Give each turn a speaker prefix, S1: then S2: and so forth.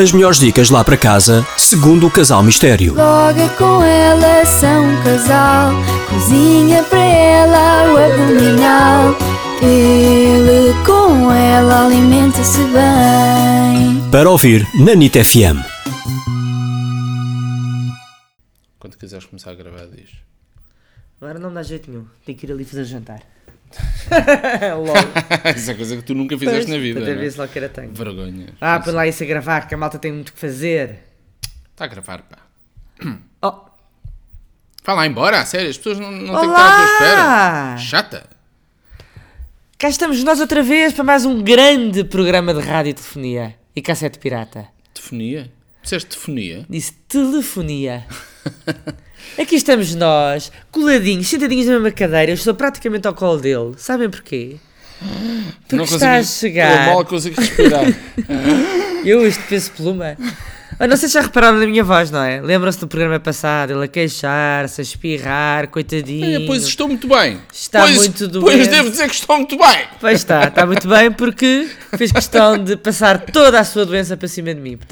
S1: As melhores dicas lá para casa, segundo o Casal Mistério.
S2: Logo é com ela são um casal, cozinha para ela o abdominal. Ele com ela alimenta-se bem.
S1: Para ouvir na NIT FM.
S3: Quando quiseres começar a gravar, diz.
S4: Agora não me dá jeito nenhum. Tenho que ir ali fazer jantar. Logo.
S3: Essa Ah, é coisa que tu nunca fizeste na vida.
S4: Outra
S3: não é?
S4: vez logo que era tango.
S3: Vergonhas.
S4: Ah, põe lá isso a gravar, que a malta tem muito que fazer.
S3: Está a gravar, pá.
S4: Oh,
S3: Vá lá embora, a sério, as pessoas não, não têm que estar
S4: Olá!
S3: à tua espera. Chata.
S4: cá estamos nós outra vez para mais um grande programa de rádio e telefonia. E cassete pirata.
S3: Telefonia. Disseste telefonia?
S4: Disse telefonia. Aqui estamos nós, coladinhos, sentadinhos na mesma cadeira. Eu estou praticamente ao colo dele. Sabem porquê? Porque
S3: não
S4: está a chegar.
S3: Eu mal consigo respirar.
S4: Eu, este peso pluma. Ah, não sei se já repararam na minha voz, não é? Lembram-se do programa passado, ele a queixar-se, a espirrar, coitadinho.
S3: Eh, pois estou muito bem.
S4: Está
S3: pois,
S4: muito
S3: Pois
S4: doente.
S3: devo dizer que estou muito bem.
S4: Pois está, está muito bem porque fez questão de passar toda a sua doença para cima de mim.